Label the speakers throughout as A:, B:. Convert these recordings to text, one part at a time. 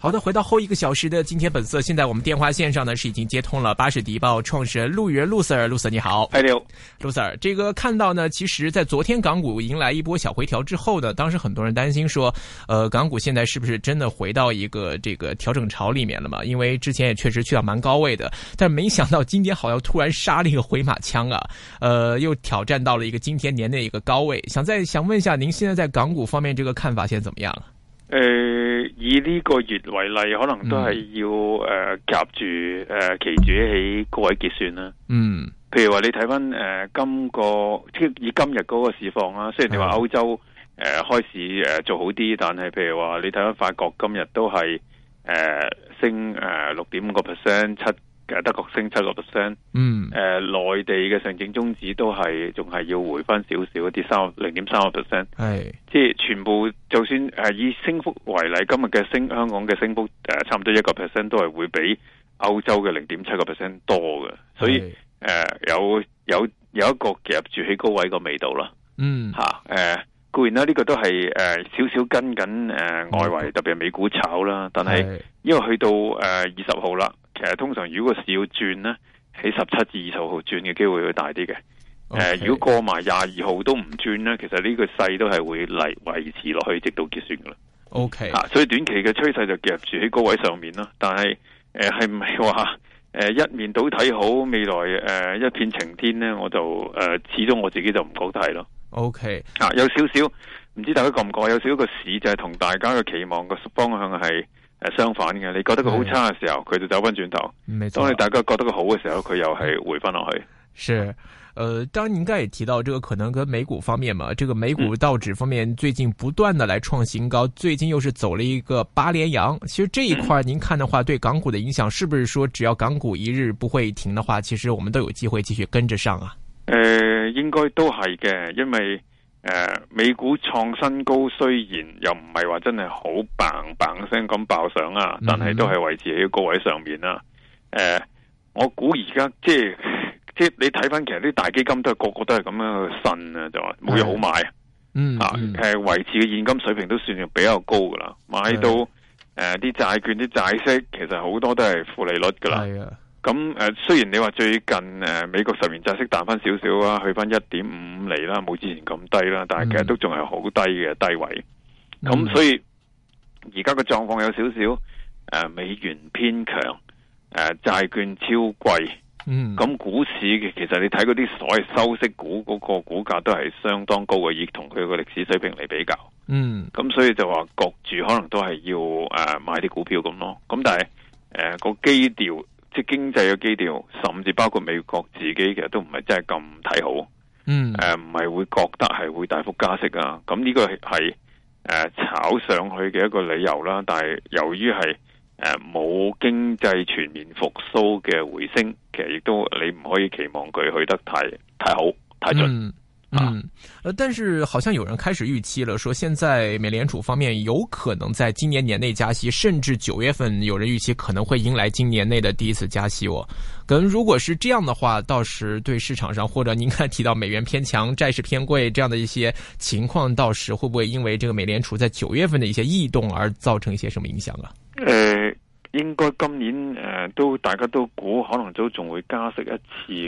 A: 好的，回到后一个小时的今天本色，现在我们电话线上呢是已经接通了巴士迪报创始人陆源陆 Sir，陆 Sir 你好，
B: 哎，你好，
A: 陆 Sir，这个看到呢，其实，在昨天港股迎来一波小回调之后呢，当时很多人担心说，呃，港股现在是不是真的回到一个这个调整潮里面了嘛？因为之前也确实去到蛮高位的，但没想到今天好像突然杀了一个回马枪啊，呃，又挑战到了一个今天年内一个高位，想再想问一下您现在在港股方面这个看法现在怎么样啊？
B: 诶、呃以呢個月為例，可能都係要诶夹住呃诶期指喺高位結算啦。
A: 嗯
B: 譬如話你睇翻诶今個即係以今日嗰個市況啦，雖然你話
A: 嗯
B: 歐洲诶、呃、开始诶、呃做好啲，但係譬如話你睇翻法國今日都係诶、呃升诶六点五个 percent 七。呃德國升七個 percent，
A: 嗯
B: 誒內地嘅上證中指都係仲係要回翻少少，跌三零點三個 percent。
A: 哎，
B: 即係全部，就算誒、呃以升幅為例，今日嘅升香港嘅升幅誒、呃差唔多一個 percent 都係會比歐洲嘅零點七個 percent 多嘅，所以誒、
A: 哎
B: 呃有有有一個夾住起高位個味道啦
A: 嗯
B: 嚇誒。呃固然啦，呢、個都係誒、呃少少跟緊誒、呃外圍，特別係美股炒啦。但係
A: 哎
B: 因為去到誒二十號啦，其實通常如果個市要轉呢，喺十七至二十號轉嘅機會會大啲嘅。誒、
A: OK
B: 呃如果過埋廿二號都唔轉呢，其實呢個勢都係會嚟維持落去，直到結算噶啦。
A: OK，
B: 啊，所以短期嘅趨勢就夾住喺高位上面啦。但係誒係唔係話誒一面倒睇好未來誒、呃一片晴天呢？我就誒、呃始終我自己就唔覺得係咯。
A: OK，
B: 啊，有少少唔知大家覺唔覺？有少少個市就係同大家嘅期望個方向係誒相反嘅。你覺得佢好差嘅時候，佢就走翻轉頭；
A: 没错
B: 當你。大家覺得佢好嘅時候，佢又係回翻落去。
A: 是，呃，当然您刚才也提到这个可能跟美股方面嘛，这个美
B: 嗯
A: 股道指方面最近不断的来创新高，最近又是走了一个八连阳。其实这一块儿
B: 嗯
A: 您看的话，对港股的影响是不是说只要港股一日不会停的话，其实我们都有机会继续跟着上啊？
B: 诶、呃应该都係嘅，因為诶、呃美股創新高，雖然又唔係話真係好棒棒聲咁爆上啊，
A: 嗯
B: 但係都係維持喺高位上面啦。诶、我估而家即係 即系你睇翻，其實啲大基金都係個個都係咁樣去呻啊，就話冇嘢好買啊
A: 嗯，
B: 啊，
A: 嗯
B: 诶、維持嘅現金水平都算係比較高噶啦，買到诶啲債券啲債息其實好多都係負利率噶啦。
A: 係啊，
B: 咁誒、呃，雖然你話最近誒、呃美國十年債息彈翻少少啊，去翻一點五厘啦，冇之前咁低啦，但係其實
A: 嗯
B: 都仲係好低嘅低位。咁、
A: 嗯
B: 所以而家個狀況有少少誒美元偏強，誒、呃、債券超貴。
A: 嗯，
B: 咁股市嘅其實你睇嗰啲所謂收息股嗰個股價都係相當高嘅，以同佢個歷史水平嚟比較。
A: 嗯，
B: 咁所以就話焗住，可能都係要诶、呃、买啲股票咁咯。咁但係诶個基調，即系经济嘅基調，甚至包括美國自己其實都唔係真係咁睇好。
A: 嗯，
B: 诶唔係會覺得係會大幅加息啊。咁呢個係诶炒上去嘅一個理由啦。但係由於係诶冇經濟全面復甦嘅回升，其實亦都你唔可以期望佢去得太太好太盡。
A: 嗯嗯，
B: 啊
A: 呃，但是好像有人开始预期了，说现在美联储方面有可能在今年年内加息，甚至九月份有人预期可能会迎来今年内的第一次加息哦。可能如果是这样的话，到时对市场上或者您刚才提到美元偏强、债市偏贵这样的一些情况，到时会不会因为这个美联储在九月份的一些异动而造成一些什么影响啊？
B: 诶、呃应该今年诶、呃都大家都估可能都仲會加息一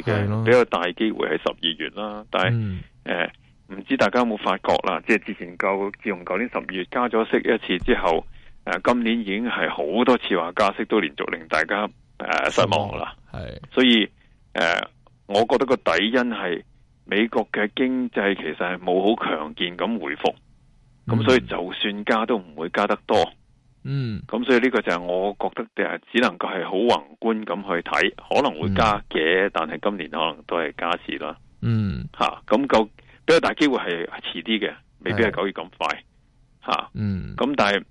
B: 次
A: 係咯
B: 嘅，比較大機會係十二月啦。但係
A: 嗯
B: 诶，唔、知大家有冇發覺啦？即係之前舊自從舊年十二月加咗息一次之後，诶、今年已經係好多次話加息，都連續令大家诶、呃失望啦。
A: 哎，
B: 所以诶、呃我覺得個底因係美國嘅經濟其實係冇好強健咁回復，咁所以就算加都唔會加得多。
A: 嗯
B: 咁所以呢個就係我覺得誒，只能夠係好宏觀咁去睇，可能會加嘅，但係今年可能都係加市啦。
A: 嗯
B: 吓、咁夠比較大機會係遲啲嘅，未必
A: 係
B: 係九月咁快吓。
A: 嗯
B: 咁、但係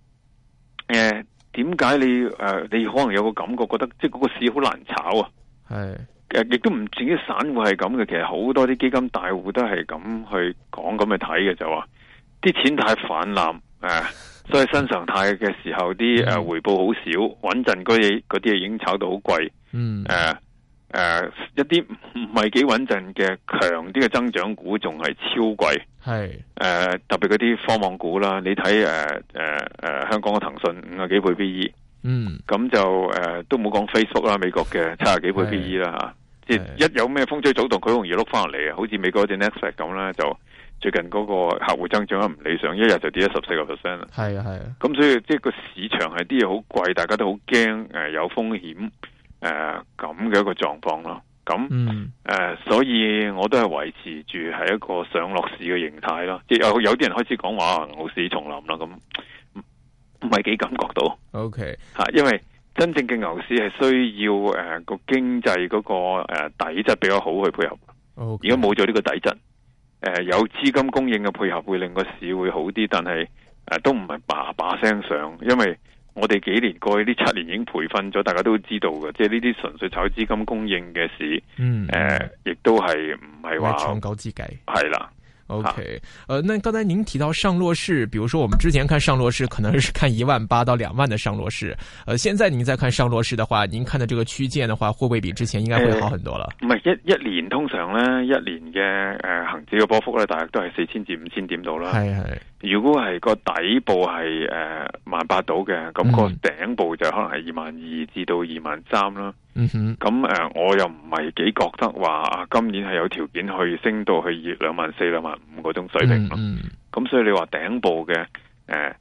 B: 誒點解你誒、呃你可能有個感覺，覺得即係嗰個市好難炒啊？
A: 哎，
B: 誒，亦都唔止啲散戶係咁嘅，其實好多啲基金大戶都係咁去講咁去睇嘅，就話啲錢太泛濫，誒、啊所以新常態嘅時候啲誒、呃回報好少，穩陣嗰啲嗰啲嘢已經炒到好貴，誒、
A: 嗯
B: 誒一啲唔唔係幾穩陣嘅強啲嘅增長股仲係超貴。
A: 係
B: 誒、特別嗰啲科網股啦，你睇誒誒誒香港嘅騰訊五啊幾倍 P E，
A: 嗯
B: 咁就誒、呃都冇講 Facebook 啦，美國嘅七啊幾倍 P E 啦嚇，即係一有咩風吹草動，佢好容易碌翻落嚟啊！好似美國嗰隻 Netflix 咁啦，就最近嗰個客戶增長得唔理想，一日就跌咗十四個 percent 啦。
A: 係啊係啊，
B: 咁所以即係個市場係啲嘢好貴，大家都好驚誒有風險誒咁嘅一個狀況咯。咁
A: 嗯
B: 誒、所以我都係維持住係一個上落市嘅形態啦。即係有有啲人開始講話啊牛市重臨啦，咁唔唔係幾感覺到
A: OK
B: 嚇、啊因為真正嘅牛市係需要呃誒個、經濟嗰、個、呃、底質比較好去配合。
A: OK，
B: 而家冇咗呢個底質，誒、有資金供應嘅配合會令個市會好啲，但係誒、呃都唔係叭叭聲上，因為我哋幾年過去呢七年已經培訓咗，大家都知道嘅，即係呢啲純粹炒資金供應嘅市。
A: 嗯
B: 诶，亦、都係唔係
A: 我係
B: 呃話
A: 長久之計。
B: 係啦，
A: OK，呃，那刚才您提到上落市，比如说我们之前看上落市，可能是看一万八到两万的上落市，呃，现在您再看上落市的话，您看的这个区间的话，会不会比之前应该会好很多了？
B: 唔係一一年通常咧，一年嘅诶恒指嘅波幅咧，大約都係四千至五千點度啦。
A: 係係
B: 如果係個底部係诶万八到嘅，咁、個
A: 嗯
B: 頂部就可能係二萬二至到二萬三啦。
A: 嗯哼，
B: 咁诶、呃我又唔係幾覺得話啊，今年係有條件去升到去二兩萬四、兩萬五嗰種水平
A: 嗯
B: 咯。
A: 嗯，
B: 咁所以你話頂部嘅诶、呃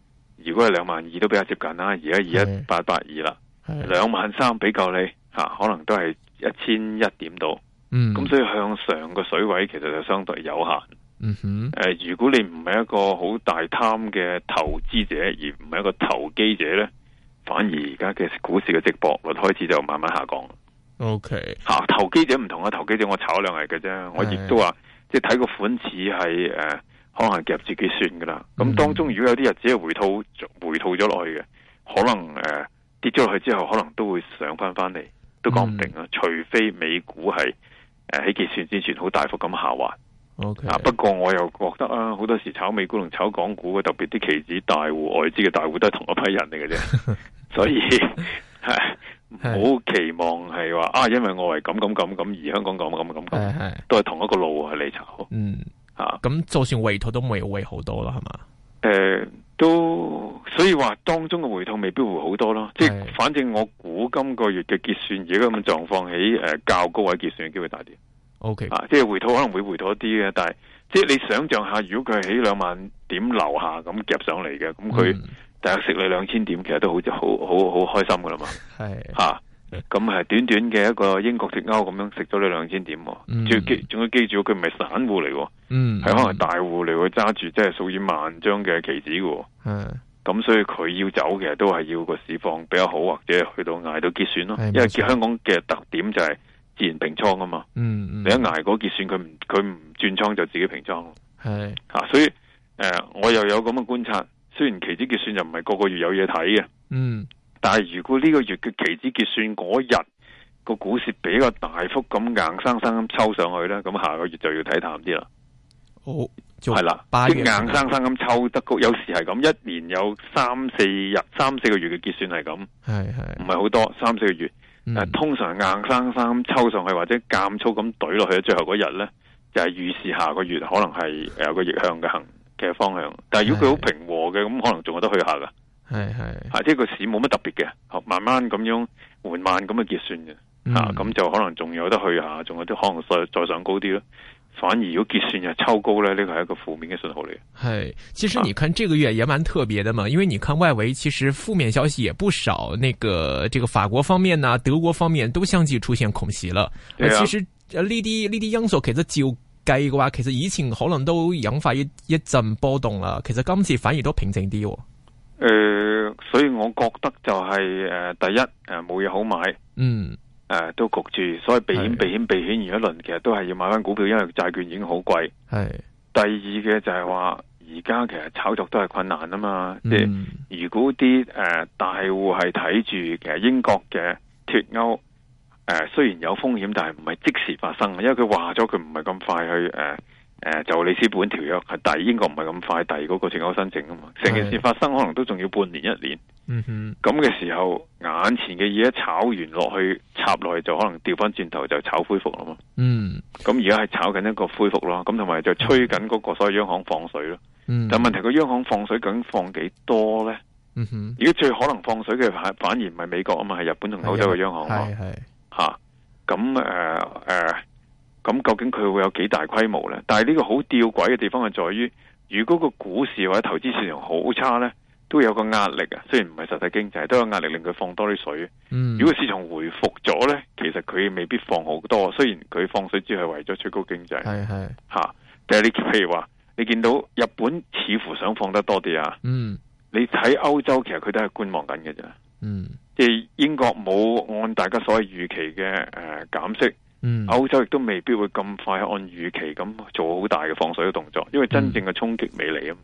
B: 如果係兩萬二都比較接近啦，而家二一八八二啦。
A: 係
B: 两万三比較你吓、啊可能都係一千一點度，
A: 嗯，
B: 咁所以向上嘅水位其實就相對有限。
A: 嗯哼，
B: 诶、呃如果你唔係一個好大貪嘅投資者，而唔係一個投機者呢，反而而家嘅股市嘅值博率開始就慢慢下降。
A: OK，
B: 吓、投機者唔同啊，投機者我炒兩日嘅啫，我亦都話即係睇個款似係诶，呃可能係夾自己算噶啦。咁
A: 嗯
B: 當中如果有啲日子係回吐回吐咗落去嘅，可能诶、呃跌咗落去之後，可能都會上翻翻嚟，都講唔定啊。除非美股係诶喺結算之前好大幅咁下滑
A: OK，
B: 啊。不過我又覺得啊，好多時炒美股同炒港股嘅，特別啲期指大户、外資嘅大户都係同一批人嚟嘅啫， 所以。係唔好期望係話啊，因為我係咁咁咁咁，而香港咁咁咁咁，
A: 係係，
B: 都係同一個路啊嚟炒
A: 嗯，
B: 啊。
A: 咁就算回吐都未回好多啦，係嘛？
B: 诶、都所以話當中嘅回吐未必會好多咯。即係
A: 係
B: 反正我估今個月嘅結算而家咁嘅狀況喺诶較高位結算嘅機會大啲
A: OK，
B: 啊。即係回吐可能會回吐一啲嘅，但係即係你想象下，如果佢係喺兩萬點樓下咁夾上嚟嘅，咁佢
A: 嗯
B: 大約食你兩千點，其實都好好好好開心噶啦嘛。
A: 係
B: 吓，咁係短短嘅一個英國脱歐咁樣食咗你兩千點喎，
A: 嗯
B: 仲要記仲要記住佢唔係散户嚟喎，
A: 嗯，
B: 係可能大户嚟喎，揸住即係數以萬張嘅期指嘅喎，
A: 嗯
B: 咁所以佢要走嘅都係要個市況比較好，或者去到捱到結算咯
A: 係。
B: 因
A: 冇
B: 為
A: 錯
B: 香港嘅特點就係自然平倉啊嘛，
A: 嗯嗯
B: 你一捱嗰結算，佢唔佢唔轉倉就自己平倉咯
A: 係
B: 吓、所以诶、呃我又有咁嘅觀察，雖然期指結算就唔係個個月有嘢睇嘅。
A: 嗯
B: 但係如果呢個月嘅期指結算嗰日個股市比較大幅咁硬生生咁抽上去咧，咁下個月就要睇淡啲啦。
A: 好就
B: 係啦，
A: 八
B: 即係
A: 月份
B: 硬生生咁抽得高，有時係咁，一年有三四日、三四個月嘅結算係咁，唔
A: 係係，
B: 係好多，三四個月。
A: 嗯
B: 但係通常硬生生咁抽上去或者減粗咁懟落去，最後嗰日咧就係預示下個月可能係呃有個逆向嘅行嘅方向。但係如果佢好
A: 係
B: 平和嘅，咁可能仲有得去下噶。
A: 係係
B: 啊，即係個市冇乜特別嘅，啊慢慢咁樣緩慢咁去結算嘅，
A: 嗯
B: 啊，咁就可能仲有得去下，仲有啲可能再再上高啲咯。反而如果結算又抽高咧，呢個係一個負面嘅信號嚟嘅。
A: 嗨，其
B: 啊
A: 实你看这个月也蛮特别的嘛，因为你看外围其实负面消息也不少，那个这个法国方面呐、啊德国方面都相继出現恐襲啦。
B: 對啊
A: 其實呃呢啲呢啲因素其實照計嘅話，其實以前可能都引發一一陣波動啦。其實今次反而都平靜啲喎。
B: 誒、呃所以我覺得就係、誒、第一誒呃冇嘢好買，誒、
A: 嗯，
B: 都焗住，所以避險
A: 係
B: 避險避險完一輪，其實都係要買翻股票，因為債券已經好貴。
A: 係，
B: 第二嘅就係話，而家其實炒作都係困難啊嘛，即係。
A: 嗯，
B: 如果啲誒、呃大戶係睇住嘅英國嘅脱歐，誒、雖然有風險，但係唔係即時發生嘅，因為佢話咗佢唔係咁快去誒誒、誒就里斯本條約係遞英國唔係咁快遞嗰個脫歐申請啊嘛，成件事
A: 係
B: 發生可能都仲要半年一年，
A: 嗯哼，
B: 咁嘅時候眼前嘅嘢一炒完落去插落去就可能調翻轉頭就炒恢復啦嘛，
A: 嗯
B: 咁而家係炒緊一個恢復咯，咁同埋就吹緊嗰個所謂央行放水咯，
A: 嗯，
B: 但問題個央行放水究竟放幾多呢？
A: 嗯哼，
B: 而家最可能放水嘅反反而唔係美國啊嘛，係日本同歐洲嘅央行啊嘛
A: 係係，
B: 吓，咁誒誒，呃咁、究竟佢會有幾大規模呢？但係呢個好吊詭嘅地方係在於，如果個股市或者投資市場好差呢，都有個壓力啊。雖然唔係實體經濟，都有壓力令佢放多啲水。
A: 嗯，
B: 如果市場回復咗呢，其實佢未必放好多。雖然佢放水只係為咗推高經濟
A: 係係，
B: 吓、但係你譬如話，你見到日本似乎想放得多啲啊，
A: 嗯
B: 你睇歐洲其實佢都係觀望緊嘅啫。
A: 嗯
B: 即係英國冇按大家所謂預期嘅誒減息。
A: 嗯，
B: 歐洲亦都未必會咁快按預期咁做好大嘅放水嘅動作，因為真正嘅衝擊未嚟啊嘛。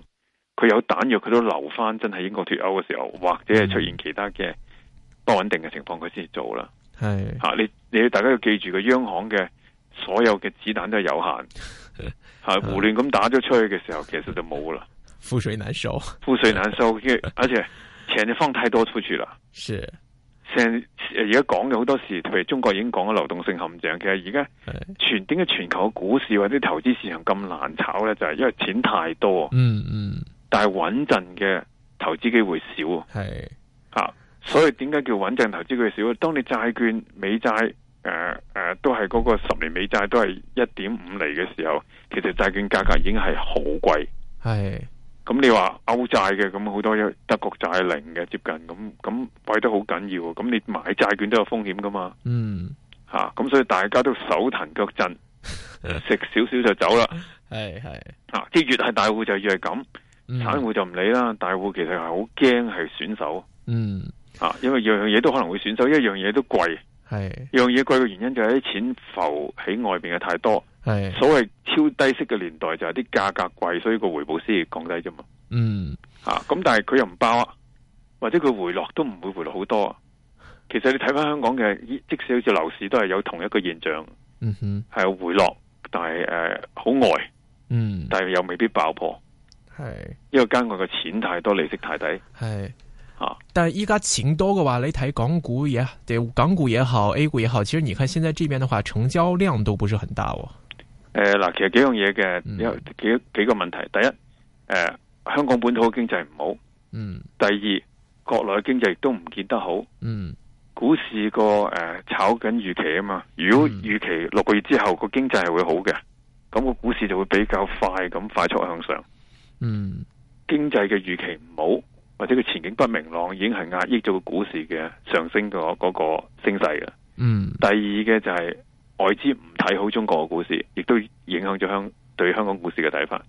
B: 佢有彈藥，佢都留翻，真係英國脱歐嘅時候，或者係
A: 嗯
B: 出現其他嘅不穩定嘅情況，佢先至做啦。
A: 係
B: 吓、你你大家要記住，個央行嘅所有嘅子彈都係有限，吓、胡亂咁打咗出去嘅時候，其實就冇啦，
A: 覆水難收，
B: 覆水難收。跟住而且錢就放太多出去啦。
A: 是
B: 成而家講嘅好多事，譬如中國已經講咗流動性陷阱，其實而家
A: 係，
B: 全點解全球嘅股市或者投資市場咁難炒呢？就係、因為錢太多，
A: 嗯嗯
B: 但係穩陣嘅投資機會少
A: 係，
B: 啊。所以點解叫穩陣投資機會少？當你債券、美債、誒、呃、誒、呃都係嗰個十年美債都係一點五厘嘅時候，其實債券價格已經係好貴。
A: 係
B: 咁你話歐債嘅咁好多有德國債係零嘅接近咁咁貴得好緊要，咁你買債券都有風險噶嘛？
A: 嗯
B: 吓，咁、所以大家都手騰腳震，食少少就走啦。
A: 係係，
B: 啊，即係越係大戶就越係咁，
A: 嗯
B: 散戶就唔理啦。大戶其實係好驚係損手
A: 嗯
B: 啊，因為樣樣嘢都可能會損手，一樣嘢都貴，
A: 係
B: 樣嘢貴嘅原因就係啲錢浮喺外邊嘅太多。
A: 係，
B: 所謂超低息嘅年代就係啲價格貴，所以個回報先至降低啫嘛。
A: 嗯
B: 吓、咁但係佢又唔爆啊，或者佢回落都唔會回落好多啊。其實你睇翻香港嘅，即使好似樓市都係有同一個現象。
A: 嗯哼，
B: 系回落，但係诶好呆，
A: 嗯
B: 但係又未必爆破，
A: 係
B: 因為間外嘅錢太多，利息太低
A: 係。
B: 吓。啊
A: 但是依家錢多嘅話，你睇港股也对港股也好，A 股也好，其實你看現在這邊的話，成交量都不是很大哦。
B: 诶嗱、其實幾樣嘢嘅
A: 嗯
B: 有幾幾個問題。第一，诶、香港本土嘅經濟唔
A: 嗯
B: 好；第二，國內嘅經濟亦都唔見得好。
A: 嗯
B: 股市個诶、誒炒緊預期啊嘛，如果
A: 嗯
B: 預期六個月之後個經濟係會好嘅，咁、個股市就會比較快咁快速向上。
A: 嗯
B: 經濟嘅預期唔好，或者佢前景不明朗，已經係壓抑咗個股市嘅上升嗰嗰個升勢嘅。
A: 嗯
B: 第二嘅就係外資唔睇好中國嘅股市，亦都影響咗香對香港股市嘅睇法。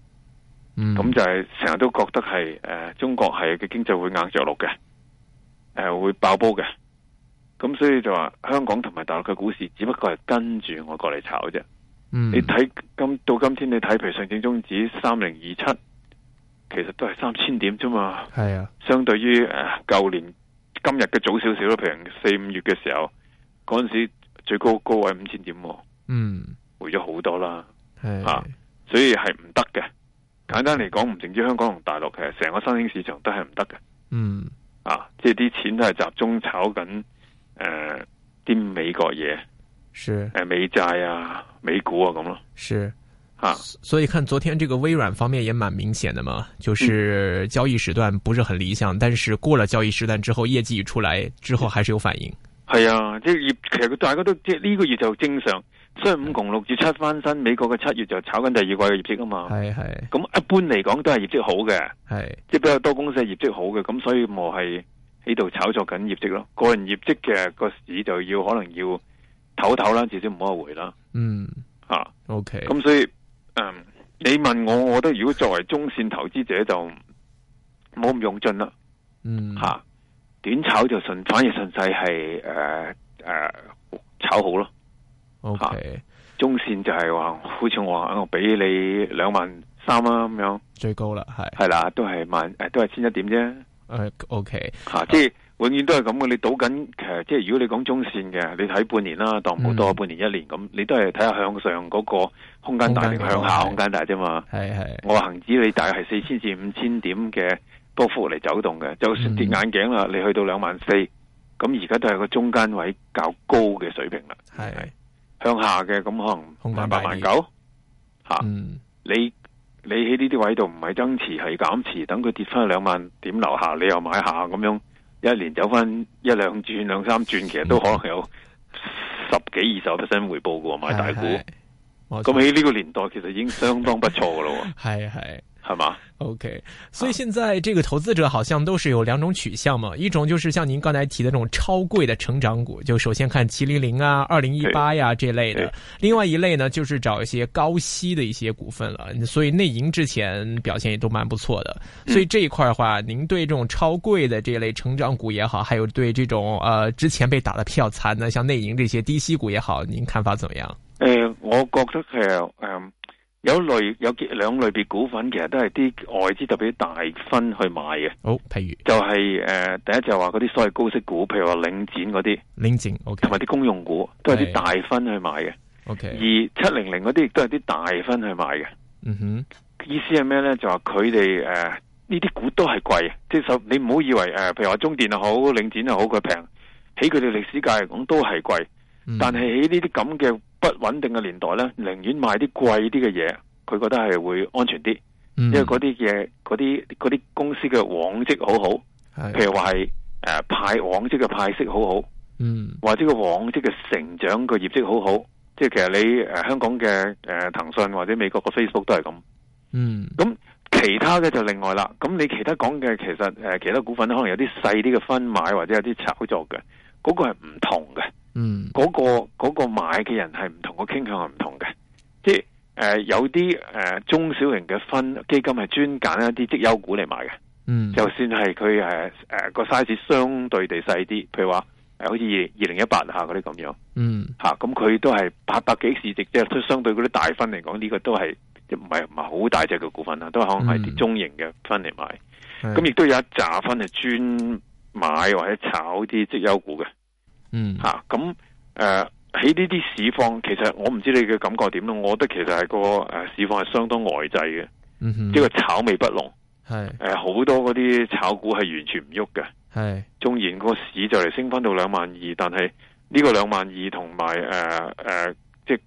A: 嗯，
B: 咁就係成日都覺得係誒、呃中國係嘅經濟會硬着陸嘅，誒、會爆煲嘅。咁所以就話香港同埋大陸嘅股市只不過係跟住外國嚟炒啫。
A: 嗯
B: 你睇今到今天你睇譬如上證綜指三零二七，其實都係三千點啫嘛。
A: 係啊，
B: 相對於誒舊年今日嘅早少少咯，譬如四五月嘅時候，嗰陣時最高高位五千點喎，
A: 嗯
B: 回咗好多啦，
A: 係
B: 啊所以係唔得嘅。簡單嚟講，唔淨止香港同大陸，其實成個新興市場都係唔得嘅。
A: 嗯
B: 啊，即係啲錢都係集中炒緊誒啲美國嘢，誒、呃
A: 是
B: 美債啊、美股啊咁咯。啊
A: 是。
B: 嚇、
A: 所以看昨天这个微軟方面也蠻明顯的嘛，就是交易时段不是很理想，但是过了交易时段之后，業績一出來之後還是有反應。
B: 係啊，即係業其實大家都即係呢個月就正常，雖然五窮六月七翻身，美國嘅七月就炒緊第二季嘅業績啊嘛。
A: 係係
B: 咁一般嚟講都係業績好嘅，
A: 係，
B: 即係比較多公司係業績好嘅，咁所以我係喺度炒作緊業績咯。個人業績嘅個市就要可能要唞唞啦，至少唔好話回啦
A: 嗯
B: 吓。
A: ，OK，
B: 咁、所以嗯，你問我，我覺得如果作為中線投資者就冇咁用盡啦
A: 嗯
B: 吓，嚇短炒就順，反而順勢係诶诶炒好咯。
A: ，OK，
B: 中線就係話，好似我話我俾你兩萬三啊咁樣，
A: 最高啦，係，
B: 係啦，都係萬诶，都係千一點啫。
A: 呃誒，OK，
B: 啊吓、即系永遠都係咁嘅。你賭緊其實即係如果你講中線嘅，你睇半年啦，當冇多
A: 嗯
B: 半年一年咁，你都係睇下向上嗰個空間大定
A: 空間大
B: 向下
A: 係
B: 空間大啫嘛。
A: 係係
B: 我恒指你大約係四千至五千點嘅波幅嚟走動嘅，就
A: 嗯
B: 算跌眼鏡啦，你去到兩萬四，咁而家都係個中間位較高嘅水平啦。
A: 係，
B: 向下嘅咁可
A: 空
B: 能
A: 間
B: 萬
A: 大
B: 八
A: 啲
B: 萬九吓，
A: 嗯
B: 你你喺呢啲位度唔係增持係減持，等佢跌翻兩萬點樓下，你又買下咁樣，一年走翻一兩轉兩三轉，其實都可能有十幾二十 percent 回報嘅喎，買大股。
A: 係，冇
B: 咁
A: 錯
B: 喺呢個年代其實已經相當不錯嘅咯喎，
A: 係係。
B: 係嘛？
A: OK，所以现在这个投资者好像都是有两种取向嘛，一种就是像您刚才提的那种超贵的成长股，就首先看七零零啊、二零一八呀这类的
B: 对；
A: 另外一类呢，就是找一些高息的一些股份了。所以内银之前表现也都蛮不错的，
B: 嗯
A: 所以这一块的话，您对这种超贵的这类成长股也好，还有对这种呃之前被打的票残的像内银这些低息股也好，您看法怎么样？
B: 诶、我覺得其實诶、嗯有類有幾兩類別股份，其實都係啲外資特別大分去買嘅，
A: 哦，譬如
B: 就係呃第一就係話嗰啲所謂高息股，譬如話領展嗰啲，
A: 林景，OK
B: 同埋啲公用股，都係
A: 係
B: 啲大分去買嘅。而
A: OK，
B: 七零零嗰啲亦都係啲大分去買嘅。
A: 嗯哼，
B: 意思係咩咧？就話佢哋诶呢啲股都係貴，即係首你唔好以為诶、呃譬如話中電又好，領展又好，佢平，喺佢哋歷史價嚟講都係貴。
A: 嗯
B: 但係喺呢啲咁嘅不穩定嘅年代咧，寧願買啲貴啲嘅嘢，佢覺得係會安全啲，因
A: 因
B: 為嗰啲嘢、嗰啲嗰啲公司嘅往績好好，
A: 哎
B: 譬如話係誒派往績嘅派息好好，
A: 嗯
B: 或者個往績嘅成長個業績好好。即係其實你誒、呃香港嘅誒、呃、騰訊或者美國嘅 Facebook 都係咁，
A: 嗯。
B: 其他嘅就另外啦。咁你其他講嘅其實誒、呃其他股份可能有啲細啲嘅分買或者有啲炒作嘅，嗰、個係唔同嘅。
A: 嗯
B: 嗰、個嗰、個買嘅人係唔同，個傾向係唔同嘅，即係誒、呃有啲誒、呃中小型嘅分基金係專揀一啲績優股嚟買嘅，
A: 嗯，
B: 就算係佢誒誒個 size 相對地細啲，譬如話誒好似二零一八嚇嗰啲咁樣
A: 嗯
B: 嚇，咁、佢都係八百幾市值啫，都相對嗰啲大分嚟講，呢、個都係即係唔係唔係好大隻嘅股份啦，都可能係
A: 嗯
B: 啲中型嘅分嚟買，咁
A: 咁
B: 亦都有一紮分係專買或者炒啲績優股嘅。
A: 嗯
B: 吓咁诶喺呢啲市況，其實我唔知你嘅感覺點咯。我覺得其實係個诶呃市況係相當呆滯嘅，
A: 嗯哼，
B: 即係個炒味不濃。
A: 系
B: 诶、好多嗰啲炒股係完全唔喐嘅。
A: 系
B: 縱然個市就嚟升翻到兩萬二，但係呢個兩萬二同埋诶诶，即係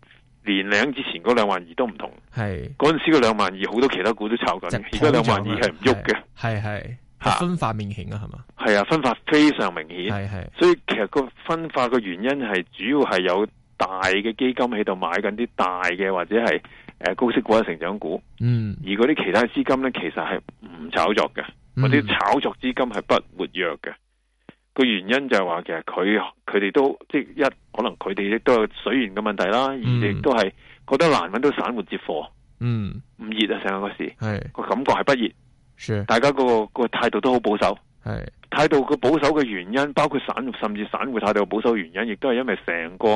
B: 年零之前嗰兩萬二都唔同。
A: 系
B: 嗰阵时個兩萬二好多其他股都炒緊，而家兩
A: 啊
B: 萬二係唔喐
A: 嘅，
B: 嘅，
A: 系系
B: 嚇
A: 分化明顯啊，係嘛？
B: 係啊，分法非常明顯。
A: 係係
B: 所以其實個分化嘅原因係主要係有大嘅基金喺度買緊啲大嘅或者係誒高息股啊、成長股，
A: 嗯，
B: 而嗰啲其他資金呢，其實係唔炒作嘅，或者
A: 嗯
B: 炒作資金係不活躍嘅。個原因就係話其實佢佢哋都即係一可能佢哋亦都有水源嘅問題啦，而亦都係覺得難揾到散戶接貨，
A: 嗯
B: 唔熱啊成個市
A: 係
B: 個感覺係不熱，
A: 是
B: 大家個個態度都好保守。
A: 係
B: 態度嘅保守嘅原因，包括散戶甚至散戶態度嘅保守原因，亦都係因為成個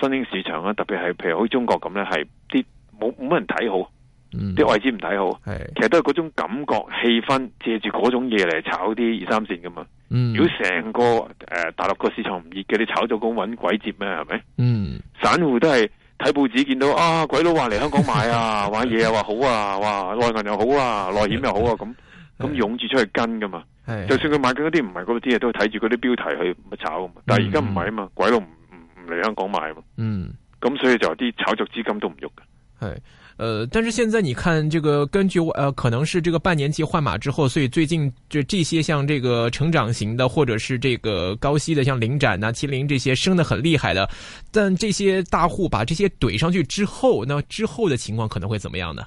B: 新興市場啦，特別係譬如好似中國咁咧，係啲冇冇乜人睇好，
A: 嗯
B: 啲外資唔睇好，
A: 係
B: 其實都係嗰種感覺氣氛，借住嗰種嘢嚟炒啲二三線噶嘛。
A: 嗯
B: 如果成個诶、呃大陸個市場唔熱嘅，你炒咗咁揾鬼接咩？係咪？
A: 嗯
B: 散戶都係睇報紙見到啊，鬼佬話嚟香港 買啊，玩嘢啊，話好啊，哇，內銀又好啊，內險又好 啊，咁咁湧住出去跟噶嘛。
A: 係
B: 就算佢買緊嗰啲唔係嗰啲嘢，都睇住嗰啲標題去乜炒啊嘛。但係而家唔係啊嘛，鬼佬唔唔唔嚟香港買啊嘛，
A: 嗯。
B: 咁所以就啲炒作資金都唔喐嘅。
A: 呃，但是現在你看，這個根據呃，可能是這個半年期換馬之後，所以最近就這些像这个成长型的，或者是这个高息的，像领展呐、麒麟这些升得很厉害的，但这些大户把这些怼上去之后，那之后的情況可能會怎麼樣呢？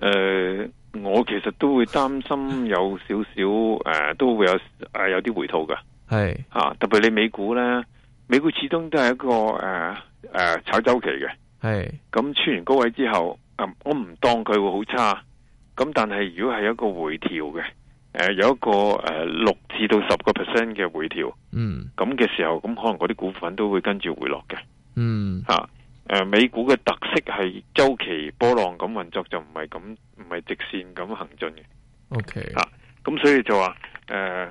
B: 誒、呃我其實都會擔心有少少誒、都會有誒、呃有啲回吐嘅
A: 係
B: 嚇、啊特別你美股咧，美股始終都係一個誒誒、呃炒周期嘅。
A: 係
B: 咁穿完高位之後，啊、我唔當佢會好差。咁但係如果係一個回調嘅，誒、呃有一個誒六至到十個 percent 嘅回調。
A: 嗯
B: 咁嘅時候，咁可能嗰啲股份都會跟住回落嘅
A: 嗯
B: 吓。诶、美股嘅特色係周期波浪咁運作，就唔係咁唔係直線咁行進嘅。
A: ，OK，
B: 啊咁所以就話诶、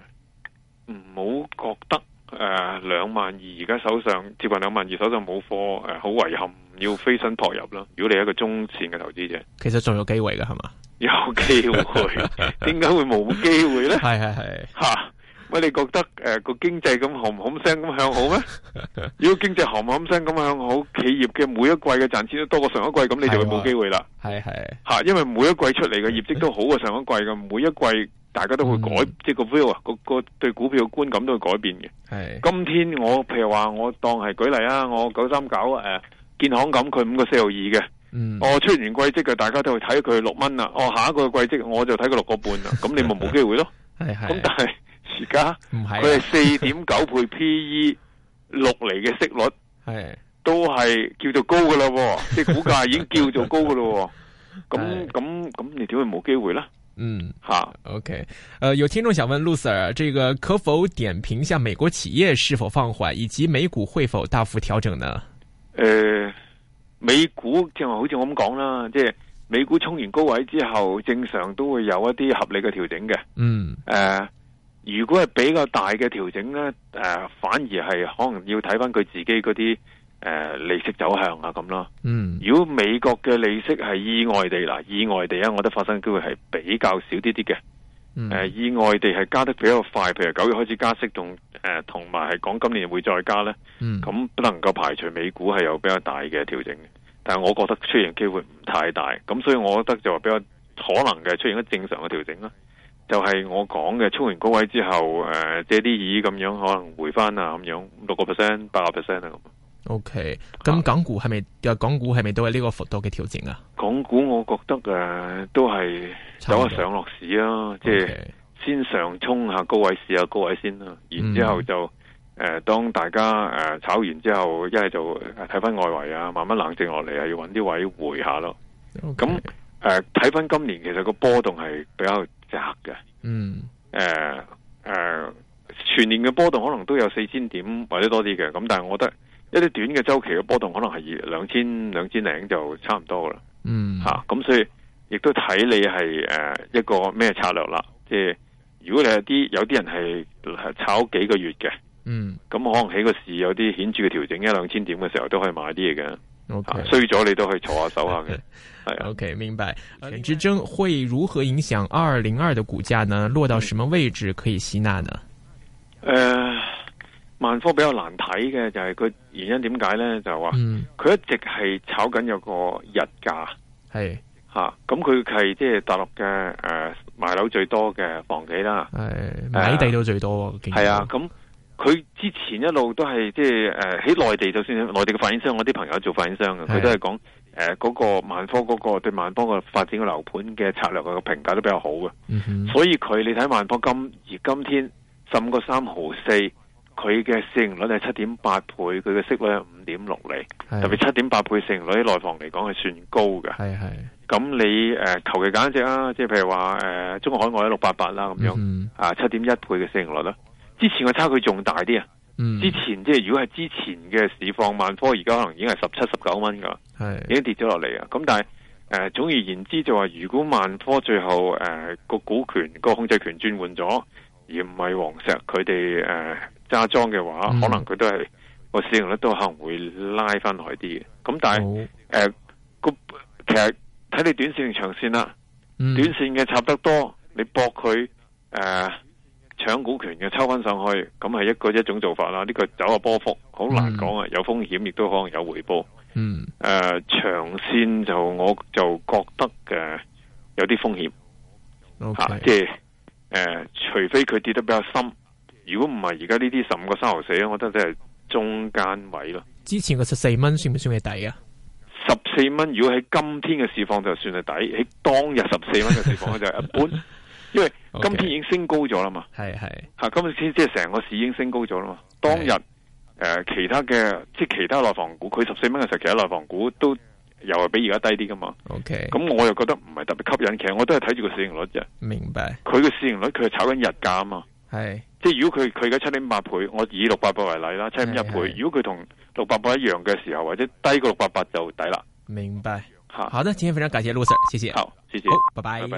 B: 誒唔好覺得诶两万二而家手上接近兩萬二手上冇貨诶，呃好、遺憾要飛身撲入啦。如果你係一個中線嘅投資者，
A: 其實仲有機會嘅係 嘛？
B: 有機會，點解會冇機會呢？
A: 係係係，
B: 吓、喂，你覺得诶个、經濟咁冚冚聲咁向好咩？如果經濟冚冚聲咁向好，企業嘅每一季嘅賺錢都多過上一季，咁你就會冇機會啦。
A: 係係
B: 吓、因為每一季出嚟嘅業績都好過上一季嘅，每一季大家都會改，
A: 嗯
B: 即係個 view 啊，個個對股票嘅觀感都會改變嘅。
A: 係
B: 今天我譬如話，我當係舉例啊，我九三九诶建行咁，佢五個四毫二嘅，
A: 嗯
B: 我、出完季績嘅，大家都去睇佢六蚊啦。哦，下一個季績我就睇佢六個半啦，咁你咪冇機會 咯。
A: 係
B: 咁
A: 係，
B: 但係而家
A: 唔係
B: 佢係
A: 啊
B: 四点九倍 P E 六厘嘅息率，
A: 係
B: 都係叫做高噶啦喎，即系股價已經叫做高噶啦喎。
A: 係
B: 咁咁咁，你點會冇機會呢？
A: 嗯。
B: 吓、
A: OK，呃，有听众想问陆 Sir，这个可否点评一下美国企业是否放缓，以及美股会否大幅调整呢？
B: 诶、呃美股正係好似我咁講啦，即係美股衝完高位之後，正常都會有一啲合理嘅調整嘅。
A: 嗯
B: 诶、如果係比較大嘅調整呢，诶、反而係可能要睇翻佢自己嗰啲诶利息走向啊咁啦。
A: 嗯
B: 如果美國嘅利息係意外地嗱，意外地啊，我覺得發生嘅機會係比較少啲啲嘅。
A: 嗯
B: 誒、意呃外地係加得比較快，譬如九月開始加息，同誒同埋係講今年會再加呢，
A: 嗯
B: 咁不能夠排除美股係有比較大嘅調整嘅。但係我覺得出現機會唔太大，咁所以我覺得就話比較可能嘅出現一正常嘅調整啦。就係我講嘅，衝完高位之後，誒、借啲意咁樣可能回翻啊，咁樣六個 percent、八個 percent 啊咁。
A: ，OK，咁港股系咪？呃港股系咪都系呢个幅度嘅调整啊？
B: 港股我覺得誒、呃都係
A: 差唔
B: 有
A: 多
B: 一上落市啊，即係
A: OK，
B: 先上衝下高位試下高位先啦，然之後就誒、呃、當大家誒、呃炒完之後，一係就呃睇翻外圍啊，慢慢冷靜落嚟啊，要揾啲位回下咯。
A: OK，
B: 咁誒睇翻今年其實個波動係比較窄嘅，誒、
A: 嗯
B: 呃、全年嘅波動可能都有四千點或者多啲嘅，咁但係我覺得一啲短嘅周期嘅波動可能係兩千兩千零就差唔多噶啦。
A: 嗯
B: 吓，咁、所以亦都睇你係诶、呃一個咩策略啦。即係如果你有啲有啲人係呃炒幾個月嘅，
A: 嗯
B: 咁可能喺個市有啲顯著嘅調整，一兩千點嘅時候都可以買啲嘢嘅。吓、
A: ，OK。
B: 衰咗你都可以坐下手 下嘅。係啊，
A: OK，明白。权之争会如何影响二二零二的股价呢？落到什么位置可以吸纳呢？
B: 诶、萬呃科比較難睇嘅就係佢原因點解咧？就話
A: 嗯，
B: 佢一直係炒緊有個日價
A: 系
B: 吓，咁佢係即係大陸嘅诶卖楼最多嘅房企啦。
A: 诶，买地都最多喎，
B: 系呃啊，咁佢之前一路都係即係诶喺內地，就算內地嘅發展商，我啲朋友做發展商嘅，
A: 係
B: 佢都係講诶嗰個萬科嗰、個對萬科嘅發展嘅樓盤嘅策略嘅評價都比較好嘅，
A: 嗯哼，
B: 所以佢你睇萬科今而今天十五個三毫四，佢嘅市盈率係七點八倍，佢嘅息率係五點六厘，
A: 特
B: 特別七點八倍市盈率喺內房嚟講係算高嘅。
A: 系系
B: 咁你诶求其揀一隻啊，即係譬如話诶、呃中國海外一六八八啦咁樣。
A: 嗯
B: 啊七點一倍嘅市盈率啦。之前嘅差距仲大啲啊！
A: 嗯，
B: 之前即係如果係之前嘅市況，萬科而家可能已經係十七、十九蚊噶，
A: 系
B: 已經跌咗落嚟啊！咁但係誒、呃、總而言之就話，如果萬科最後誒呃個、股權個控制權轉換咗，而唔係黃石佢哋誒揸莊嘅話，
A: 嗯
B: 可能佢都係個市盈率都可能會拉翻落去啲嘅。咁但係
A: 好
B: 誒個其實睇你短線定長線啦。
A: 嗯
B: 短線嘅插得多，你搏佢誒搶股權嘅抽翻上去，咁係一個一種做法啦。呢、個走下波幅，好難講啊，有風險亦都可能有回報。誒、
A: 嗯
B: 長線就我就覺得嘅有啲風險嚇，
A: 嗯，OK，
B: 啊即係誒，除非佢跌得比較深，如果唔係而家呢啲十五個三毫四，我覺得即係中間位咯。
A: 之前個十四蚊算唔算係底啊？
B: 十四蚊，如果喺今天嘅市況就算係底，喺當日十四蚊嘅市況咧就係 一般，因為今天已經升高咗啦嘛。
A: 係係
B: 吓，啊今日先即係成個市已經升高咗啦嘛。當日
A: 係
B: 诶、呃其他嘅即係其他內房股，佢十四蚊嘅時候，其他內房股都又係比而家低啲噶嘛。
A: OK，
B: 咁我又覺得唔係特別吸引，其實我都係睇住個市盈率啫。
A: 明白
B: 佢嘅市盈率佢係炒緊日價啊嘛。
A: 係
B: 即係如果佢佢而家七點八倍，我以六八八為例啦，七點一
A: 係
B: 倍
A: 係。
B: 如果佢同六八八一樣嘅時候，或者低過六八八就抵啦
A: 明白。
B: 吓。
A: 好的，今天非常感謝陸 Sir，謝謝。
B: 啊好，謝謝。
A: 好，拜拜
B: 拜拜。